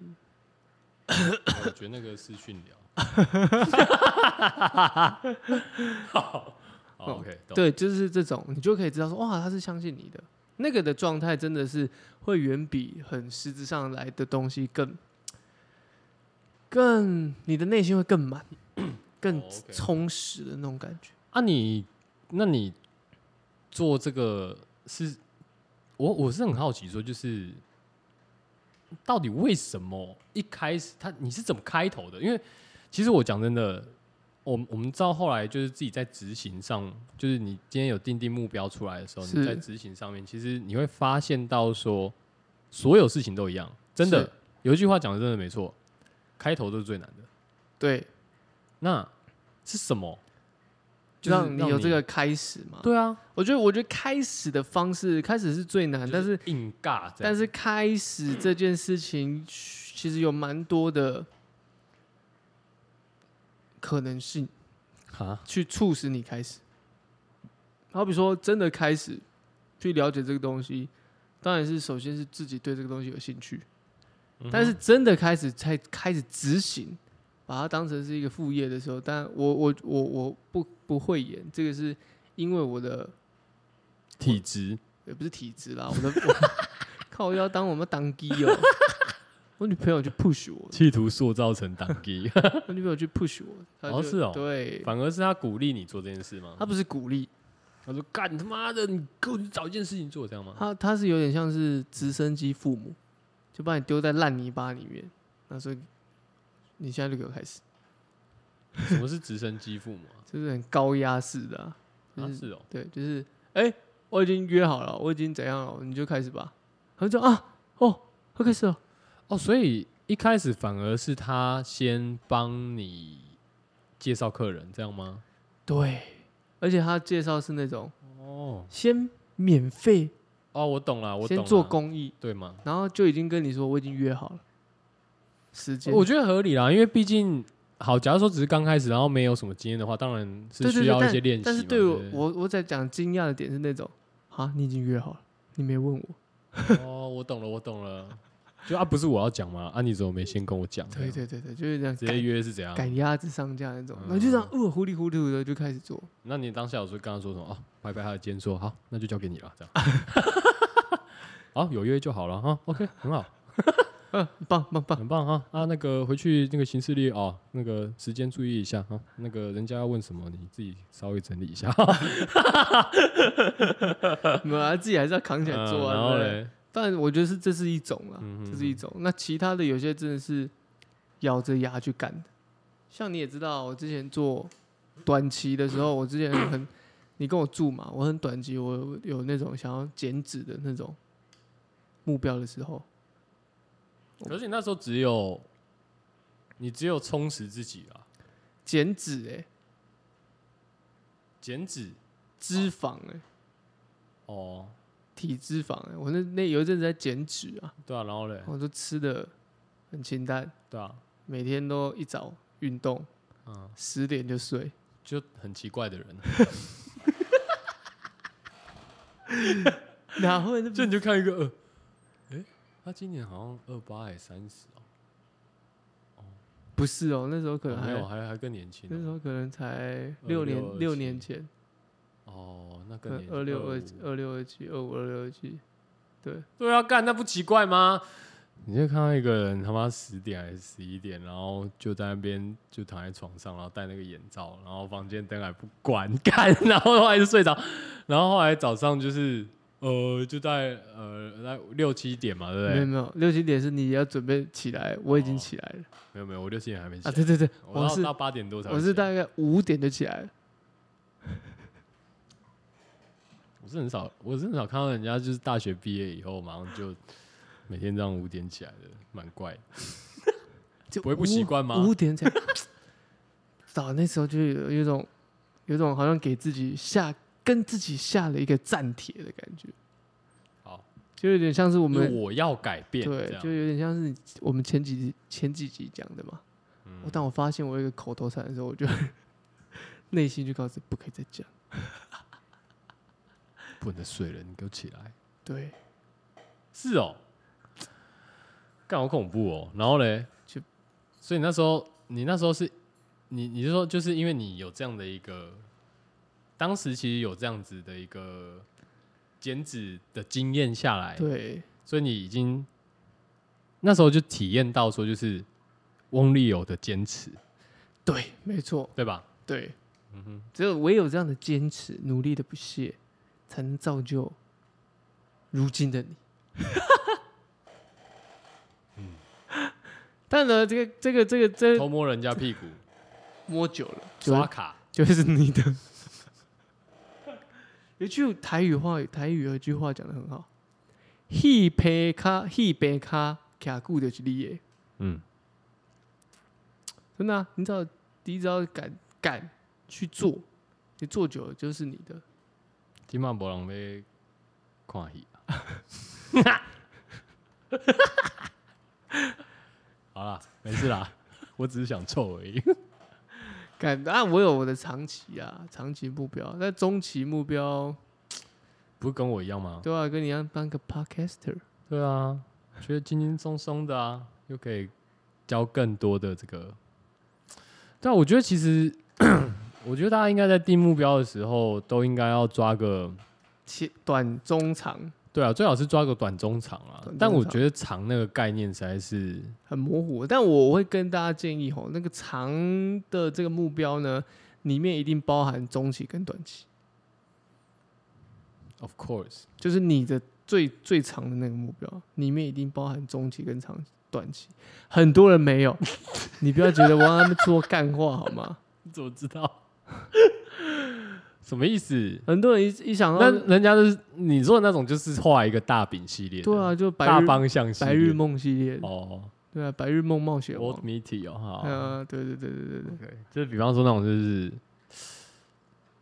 我觉得那个视讯 (laughs) 聊。 (laughs) 好好哦，OK，懂对，就是这种，你就可以知道说，哇，他是相信你的，那个的状态真的是会远比很实质上来的东西更更，你的内心会更满、更哦，OK 充实的那种感觉。啊你，那你做这个是，我我是很好奇，说就是到底为什么一开始他你是怎么开头的？因为其实我讲真的，我们我们到后来就是自己在执行上，就是你今天有定定目标出来的时候，是你在执行上面，其实你会发现到说，所有事情都一样，真的是有一句话讲的真的没错，开头都是最难的。对，那是什么？就是让你有这个开始嘛。对啊，我觉得，我觉得开始的方式，开始是最难，但是就硬尬这样，但是开始这件事情，其实有蛮多的可能性啊，去促使你开始。好比说，真的开始去了解这个东西，当然是首先是自己对这个东西有兴趣，嗯但是真的开始才开始执行，把它当成是一个副业的时候，但我我我我不不会演，这个是因为我的体质也不是体质啦，我的 (laughs) 我靠，我要当我们当机 (laughs) 哦。我女朋友去 push 我，企图塑造成党 (laughs) 基，我女朋友去 push 我，她就哦是哦对，反而是他鼓励你做这件事吗？她不是鼓励，他说：“干他妈的，你给我去找一件事情做，这 (laughs) 样吗她她是有点像是直升机父母，就把你丢在烂泥巴里面，那所以你现在就给我开始，？”什么是直升机父母啊？就是很高压式的啊、就啊是是哦，对，就是哎、我已经约好了，我已经怎样了，你就开始吧。她就啊，哦，要开始了，哦，所以一开始反而是他先帮你介绍客人，这样吗？对，而且她介绍是那种哦先免费，哦，我懂了，我懂先了，做公益。对吗？然后就已经跟你说我已经约好了时间，我觉得合理啦，因为毕竟好，假如说只是刚开始，然后没有什么经验的话，当然对是对需对要一但些练习嘛。但是对对我不对我我在讲惊讶的点是那种啊，你已经约好了，你没问我，哦，我懂了，我懂了。就啊，不是我要讲吗？啊，你怎么没先跟我讲？对对对对，就是这样啊直接赶约是怎样？赶鸭子上架那种，嗯然后就这样呃糊里糊涂的就开始做，那你当下有说跟他说什么？哦，拍拍他的肩说好，那就交给你了，这样。好，有约就好了哈。OK，很好。嗯，棒棒棒，很棒哈啊！那个回去那个行事历哦，那个时间注意一下哈、那个人家要问什么，你自己稍微整理一下。没有啊，自己还是要扛起来做嗯然啊。后对不对嘞，但我觉得是这是一种啦，嗯哼这是一种。那其他的有些真的是咬着牙去干的，像你也知道，我之前做短期的时候，我之前很，你跟我住嘛，我很短期，我有有那种想要减脂的那种目标的时候，可是你那时候只有你只有充实自己啊啦，减脂哎、减脂脂肪哎、哦，体脂肪哎、我那那有一阵子在减脂啊，对啊，然后嘞，我就吃的很清淡，对啊，每天都一早运动，嗯，十点就睡。就很奇怪的人，哪会那么这你就看一个，呃，诶，他今年好像二八还三十哦，不是哦，那时候可能哦还没有，还还更年轻那时哦，候可能才26六年27六年前，哦，那可更能年二六二25二六二七二五二六二七，对，对啊，干那不奇怪吗？你就看到一个人他妈十点还是十一点，然后就在那边就躺在床上，然后戴那个眼罩，然后房间灯还不关，干，然后后来就睡着，然后后来早上就是呃就在呃在六七点嘛，对不没有对？没有，六七点是你要准备起来，我已经哦起来了没有没有，我六七点还没起啊，来，对对对，我我到是到八点多才会我是起来大概五点就起来了，我是很少我是很少看到人家就是大学毕业以后马上就每天这样五点起来的，蛮怪的。就不会不五习惯吗五点起来，早那时候就有有一种有一种好像给自己下跟自己下了一个暂帖的感觉，好，就有点像是我我们我要改变，这对，样就有点像是你我们前几集前几集讲的嘛。嗯我当我发现我有一个口头禅的时候，我就 (laughs) 内心就告诉自己不可以再讲。不能睡了，你给我起来。对，是哦，干好恐怖哦。然后嘞，就就所以那时候你那时候是你你是说就是因为你有这样的一个，当时其实有这样子的一个减脂的经验下来，对，所以你已经那时候就体验到说就是翁立友的坚持，对，没错，对吧？对。嗯哼，只有唯有这样的坚持、努力的不懈，才能造就如今的你。 (laughs) (laughs) 但呢，这个、这个、这个、这嗯偷摸人家屁股，摸久了，就刷会卡，就是你的。有一句台语话，台语有一句话讲的很好：“戏白卡，戏白卡，卡固就是你耶。嗯，”真的啊、你只要你只要敢敢去做，你做久了就是你的。今晚无人要看戏啊。好啦，没事啦，我只是想臭而已。敢啊！我有我的长期啊，长期目标。那中期目标，不是跟我一样吗？对啊，跟你一样当个 podcaster。对啊，觉得轻轻松松的啊，又可以教更多的这个。但我觉得其实， (coughs) 我觉得大家应该在定目标的时候，都应该要抓个切短中长对啊，最好是抓个短中长啊。短中但我长觉得长那个概念实在是很模糊，但我会跟大家建议吼，那个长的这个目标呢，里面一定包含中期跟短期， ，of course，就是你的最最长的那个目标，里面一定包含中期跟长短期。很多人没有， (laughs) 你不要觉得我让他们说干话好吗？你怎么知道？ (laughs) 什么意思？很多人一一想那到，人家就是你说的那种，就是画一个大饼系列的，对啊，就白大日方向系列白日梦系列，哦对啊，白日梦冒险，World 王， Meet 哦，好，嗯、对对对对对对，对，就是比方说那种就是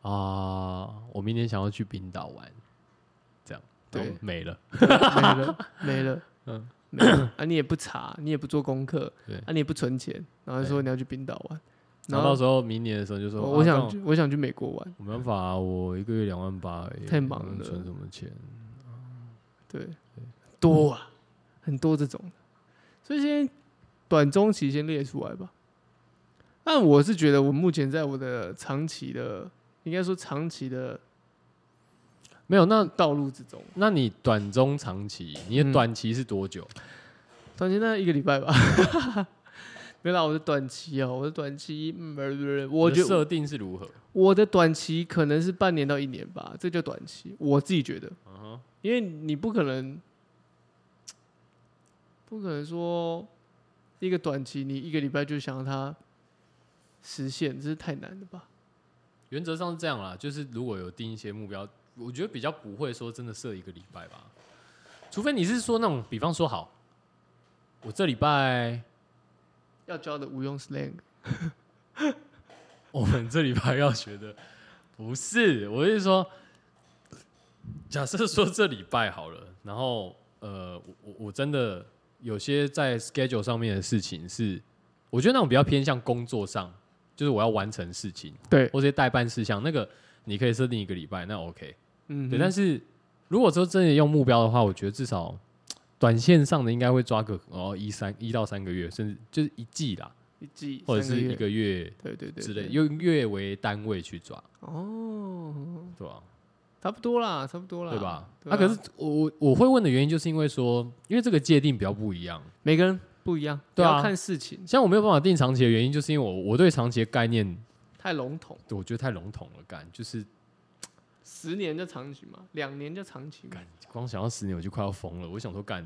啊、我明天想要去冰岛玩，这样对然后没了，没了没了，嗯嗯，没了啊！你也不查，你也不做功课，对啊，你也不存钱，然后说你要去冰岛玩，然后到时候明年的时候就说，我啊我干想去我想去美国玩，我没办法、啊，我一个月两万八而已，太忙能了存什么钱？对，多啊，很多这种的，所以先短中期先列出来吧。但我是觉得，我目前在我的长期的，应该说长期的没有，那道路之中，那你短中长期，你的嗯短期是多久？短期那一个礼拜吧， (laughs) 没有啦，我的短期哦，我的短期，嗯，不是不是我你觉的得设定是如何？我的短期可能是半年到一年吧，这叫短期。我自己觉得，嗯因为你不可能，不可能说一个短期你一个礼拜就想让它实现，这是太难了吧？原则上是这样啦，就是如果有定一些目标，我觉得比较不会说真的设一个礼拜吧，除非你是说那种，比方说好，我这礼拜要教的无用 slang， (laughs) 我们这礼拜要学的不是，我是说，假设说这礼拜好了，然后呃，我我我真的有些在 schedule 上面的事情是，我觉得那种比较偏向工作上，就是我要完成事情对，或者代办事项，那个你可以设定一个礼拜，那 OK。嗯哼，对，但是如果说真的用目标的话，我觉得至少短线上的应该会抓个哦一三一到三个月，甚至就是一季啦，一季或者三是个月一个月对对对之类，对用月为单位去抓，哦，对吧、差不多啦，差不多啦，对吧？啊啊，可是我我我会问的原因，就是因为说，因为这个界定比较不一样。每个人不一样，对啊不要看事情像我没有办法定长期的原因，就是因为我我对长期的概念，太笼统，我觉得太笼统了，感就是十年叫长期嘛，两年叫长期嘛。干光想到十年我就快要疯了。我想说，干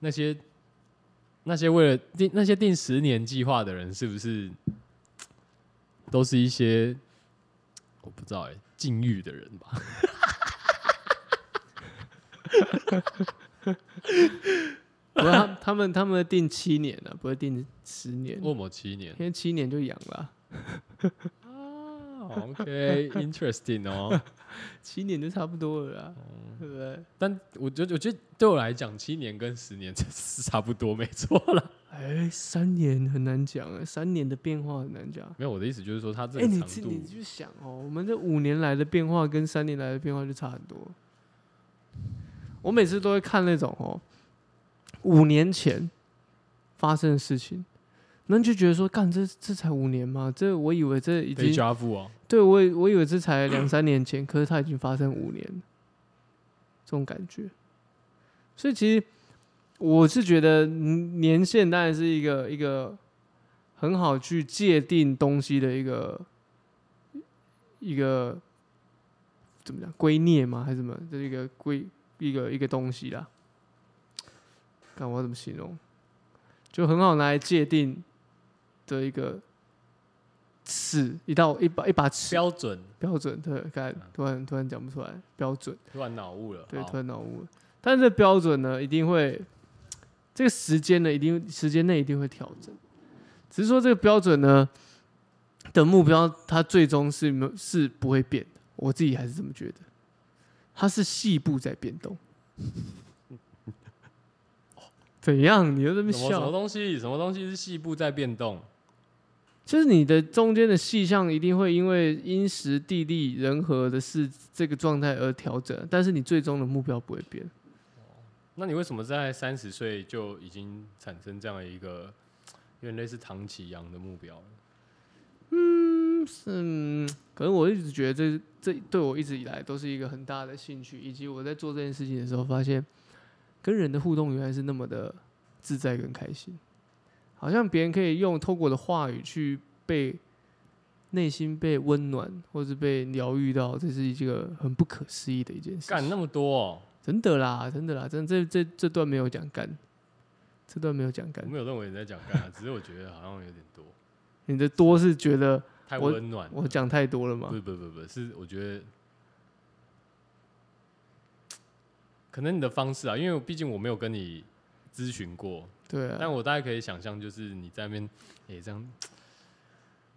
那些那些为了定那些定十年计划的人，是不是都是一些我不知道哎、禁欲的人 (laughs) 吧？不过他他们他们定七年了、啊，不会定十年，恶魔七年因为七年就养了啊、 ，OK，interesting、哦。七年就差不多了啦，对不对？但我觉得，我觉得对我来讲，七年跟十年是差不多，没错啦。哎，三年很难讲啊，三年的变化很难讲。 (laughs) 啊没有，我的意思就是说，它这哎，个你长自度你去想哦，我们这五年来的变化跟三年来的变化就差很多。我每次都会看那种哦，五年前发生的事情，那你就觉得说，干这这才五年吗？这我以为这已经 deja vu 哦，对我以我以为这才两三年前，可是它已经发生五年了，这种感觉。所以其实我是觉得嗯年限当然是一个一个很好去界定东西的一个一个怎么讲归臬吗？还是什么？这是一个归一个一个东西啦。看我要怎么形容，就很好拿来界定的一个尺，一道一把一把尺标准标准，对，刚才突然突然讲不出来标准，突然脑雾了。对，好突然脑雾了。但是这标准呢，一定会这个时间呢，一定时间内一定会调整。只是说这个标准呢的目标，它最终是没有是不会变的。我自己还是这么觉得，它是细部在变动。 (laughs) 怎样？你又这么什么什么笑？东西？什么东西是细部在变动？就是你的中间的细项一定会因为因时地利人和的事这个状态而调整，但是你最终的目标不会变。那你为什么在三十岁就已经产生这样的一个有点类似唐启阳的目标了？嗯，可能我一直觉得这这对我一直以来都是一个很大的兴趣，以及我在做这件事情的时候，发现跟人的互动原来是那么的自在跟开心，好像别人可以用透过我的话语去被内心被温暖，或是被疗愈到，这是一个很不可思议的一件事情。干那么多、哦，真的啦，真的啦，真的这这这段没有讲干，这段没有讲干我。没有认为你在讲干、啊，只是我觉得好像有点多，你的多是觉得太我温暖了。我讲太多了吗？不不不不，是我觉得可能你的方式啊，因为我毕竟我没有跟你咨询过，对啊，但我大概可以想象，就是你在那边诶、这样，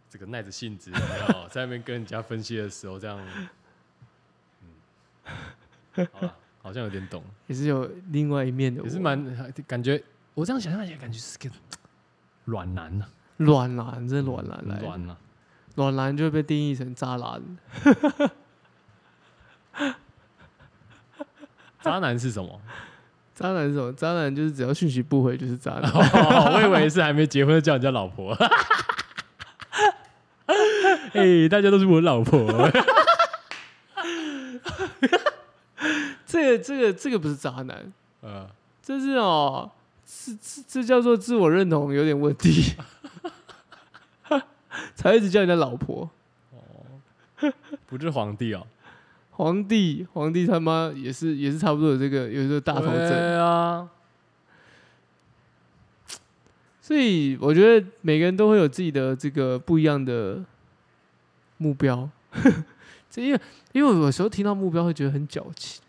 这个耐着性子有没有， (laughs) 在那边跟人家分析的时候，这样，嗯，好了，好像有点懂，也是 (laughs) 有另外一面的我，也是蛮感觉，我这样想象起来，感觉是个软男呐、软男，这软男来的，哎软啊 (laughs) 呐、软男就会被定义成渣男。渣男是什么？ (laughs) 渣男是什么？渣男就是只要讯息不回就是渣 (laughs) 男。哦，我以为是还没结婚就叫人家老婆。 (laughs) 哎、大家都是我老婆。 (laughs) 这个这个这个不是渣男，呃，这是哦，这这这叫做自我认同有点问题， (laughs) 才一直叫人家老婆。不是皇帝哦，皇帝，皇帝他妈也是也是差不多有这个有这个大头症，对啊，所以我觉得每个人都会有自己的这个不一样的目标。 (laughs) 这因为因为我有时候听到目标会觉得很矫情，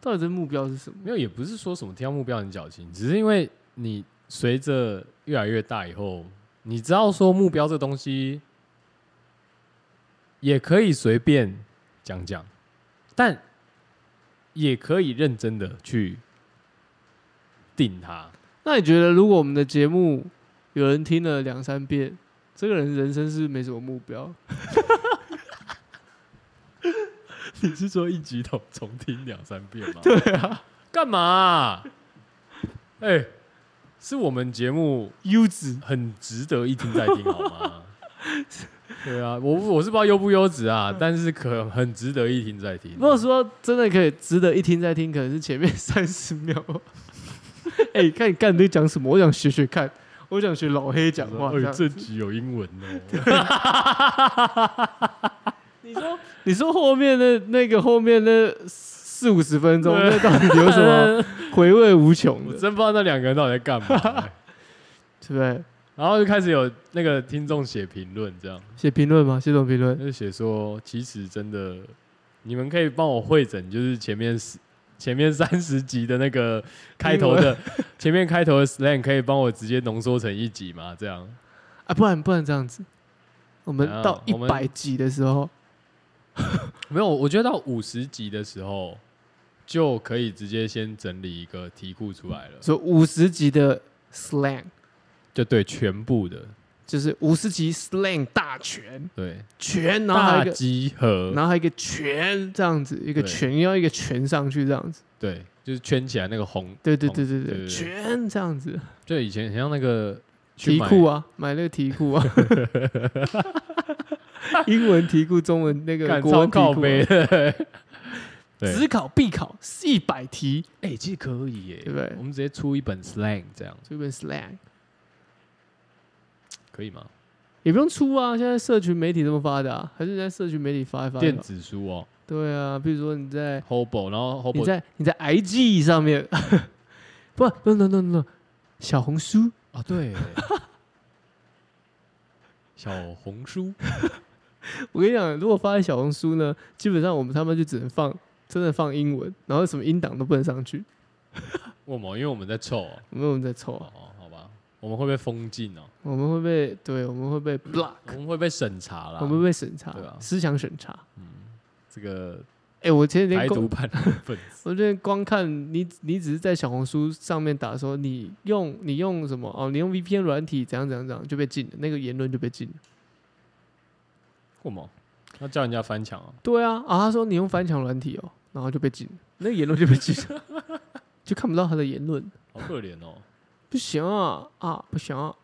到底这目标是什么？没有，也不是说什么挑目标很矫情，只是因为你随着越来越大以后，你知道说目标这东西也可以随便讲讲，但也可以认真的去定它。那你觉得如果我们的节目有人听了两三遍，这个人人生是不是没什么目标？ (laughs) 你是说一集重重听两三遍吗？对啊，干嘛啊、哎、是我们节目优质很值得一听再听，好 (laughs) 吗？对啊，我我是不知道优不优质嗯啊，但是可很值得一听再听如。果说真的可以值得一听再听，可能是前面三十秒。 (laughs) 哎、看你干你在讲什么？我想学学看，我想学老黑讲话。哎这样这集有英文哦，你说你说后面的那个后面的四五十分钟，对那到底 (laughs) 有什 (laughs) 么回味无穷我的？真不知道那两个人到底在干嘛。哎对不对？然后就开始有那个听众写评论，这样写评论吗？写什么评论？就写说，其实真的，你们可以帮我会诊，就是前面十前面三十集的那个开头的， (laughs) 前面开头的 slang 可以帮我直接浓缩成一集吗？这样啊，不然不然这样子，我们怎样到一我们百集的时候，没有，我觉得到五十集的时候就可以直接先整理一个题库出来了，说五十集的 slang 就对全部的就是五十集 slang 大全对全，然后还有大一个集合，然后还有一个全这样子，一个对全要一个全上去这样子，对，就是圈起来那个红，对对对对对对对，对全这样子就以前很像那个去题买库啊，买那个题库 (laughs) 啊，英文题库、中文那个干国超文题靠库背啊，的， (laughs) 对只考必考一百题，哎，其实可以耶，对不对我们直接出一本 slang 这样这本 slang 可以吗？也不用出啊，现在社群媒体这么发达，啊还是在社群媒体发一发就好电子书哦对啊，比如说你在，Hobo，然后你 Hobo 在你在 IG 上面， (laughs) 不，no no no no，小红书啊，对， (laughs) 小红书，我跟你讲，如果发在小红书呢，基本上我们他们就只能放真的放英文，然后什么音档都不能上去，为什么？因为我们在凑哦。我们我们在抽啊，哦，好吧，我们会被封禁哦，我们会被对，我们会被 block，我们会被审查啦。我们会被审查，对啊思想审查。这个哎、我前几天台光独叛徒分子，我觉得光看你，你只是在小红书上面打说你用你用什么哦，你用 VPN 软体怎样怎样怎样就被禁了，那个言论就被禁了。为什么？要叫人家翻墙哦。对啊，啊，他说你用翻墙软体哦，然后就被禁了，那个言论就被禁了，就看不到他的言论。好可怜哦！不行啊啊，不行啊！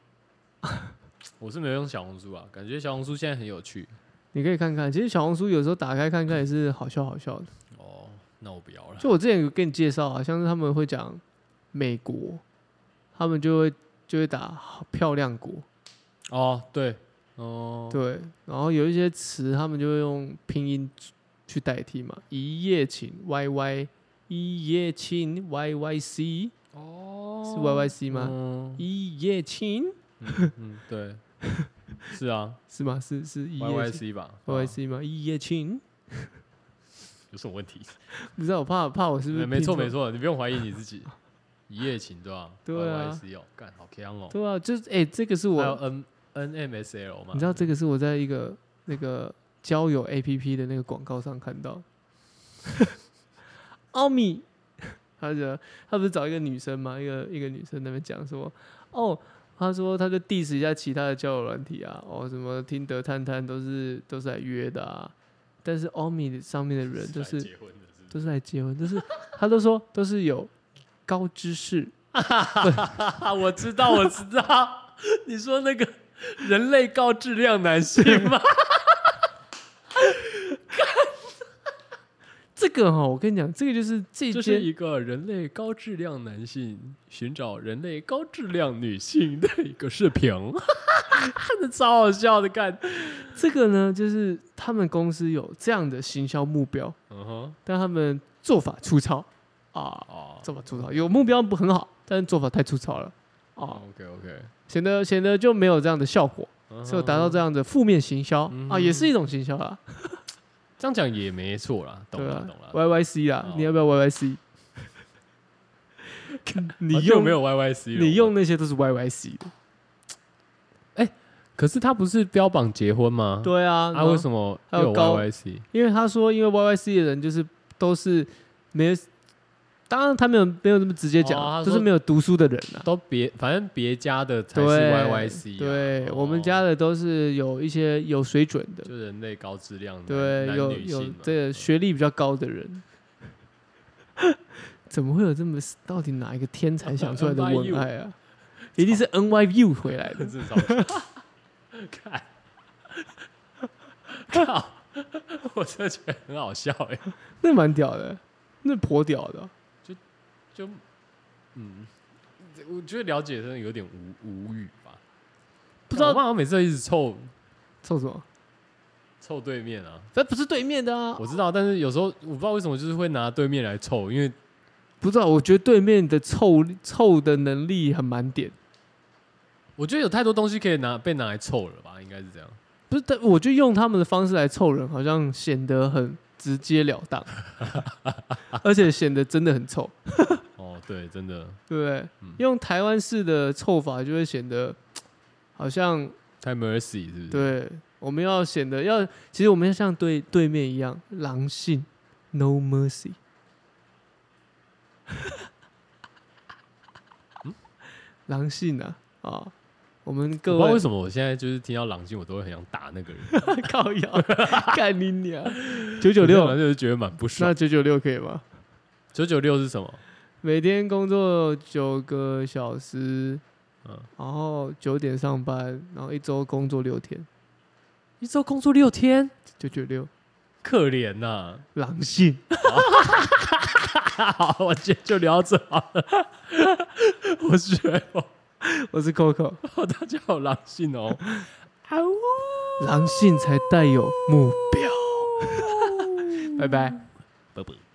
我是没有用小红书啊，感觉小红书现在很有趣你可以看看，其实小红书有时候打开看看也是好笑好笑的。哦。那我不要了，就我之前有跟你介绍啊，像是他们会讲美国，他们就会就会打好漂亮国，哦对哦，对，然后有一些词他们就会用拼音去代替嘛，一夜情 Y Y，一夜情 Y Y C 哦是 Y Y C 吗？嗯一夜情嗯嗯，对，是啊是吗？是是 (laughs) 一，Y 夜 Y 情 C 吧啊 Y Y C 吗？一夜情， (laughs) 有什么问题？不知道我怕怕我是不是没拼错错没错，你不用怀疑你自己。一夜情对吧？ (laughs) 对啊 y Y C 哦，干好强哦。对啊，就是哎、这个是还有我， N N M S L 嘛？你知道这个是我在一个那个交友 A P P 的那个广告上看到，奥米，他就他不是找一个女生嘛，一个一个女生在那边讲说，哦，他说他就 diss 一下其他的交友软体啊，哦什么听得探探都是都是来约的啊，但是奥米上面的人就是来结婚的是不是都是来结婚，都是他都说都是有高知识，啊，我知道，我知道， (laughs) 你说那个人类高质 (laughs) 量男性吗？这个哈，我跟你讲，这个就是这这是间一个人类高质量男性寻找人类高质量女性的一个视频， (laughs) 真的超好笑的，干，这个呢，就是他们公司有这样的行销目标，嗯哼，但他们做法粗糙啊，哦做法粗糙，有目标不很好，但是做法太粗糙了啊， ，OK OK，显得显得就没有这样的效果，所以达到这样的负面行销嗯啊，也是一种行销啦，这样讲也没错啦，懂对了吧懂了。 ？Y Y C 啦哦，你要不要 Y (laughs) Y C？啊你又用没有嗯 YYC 了你用？那些都是 Y Y C 的，可是他不是标榜结婚吗？对啊，啊，为什么还有又有高 YYC？因为他说，因为 Y Y C 的人就是都是没，当然他没有没有那么直接讲，哦他说就是没有读书的人啊。都别，反正别家的才对是 YYC，啊对、哦我们家的都是有一些有水准的，就人类高质量男对，男有女有性嘛哦这个学历比较高的人。 (laughs) 怎么会有这么？到底哪一个天才想出来的文 NYU (laughs) 案啊？一定是 N Y U 回来的。至少 (laughs) 看，靠，我真的觉得很好笑哎、那蛮屌的，那颇屌的。就嗯，我觉得了解真的有点无无语吧，不知道我妈妈每次都一直凑臭什么？凑对面啊，这不是对面的啊！我知道，但是有时候我不知道为什么就是会拿对面来凑，因为不知道，我觉得对面的臭臭的能力很满点。我觉得有太多东西可以拿被拿来凑了吧，应该是这样。不是，但我就用他们的方式来凑人，好像显得很直截了 (laughs) 当，而且显得真的很臭，哦，对，真的，对不对？嗯用台湾式的凑法就会显得好像太 mercy 是不是？，对，我们要显得要，其实我们要像对对面一样狼性，no mercy。狼嗯性啊啊！我们我各不知道位为什么我现在就是听到朗静，我都会很想打那个人。靠 (laughs) 腰，干你娘！ (laughs) 九九六我， (laughs) 就是觉得蛮不爽那。九九六可以吗？九九六是什么？每天工作九个小时，嗯然后九点上班，然后一周工作六天，一周工作六天，九九六，可怜呐、 (laughs) 狼性。 (laughs) 好，我今天就聊到这好了。 (laughs) 我是觉我是 (laughs) Coco，得 (laughs) 大家好狼性 (laughs) 哦。啊哦狼性才带有目标。拜拜。拜拜。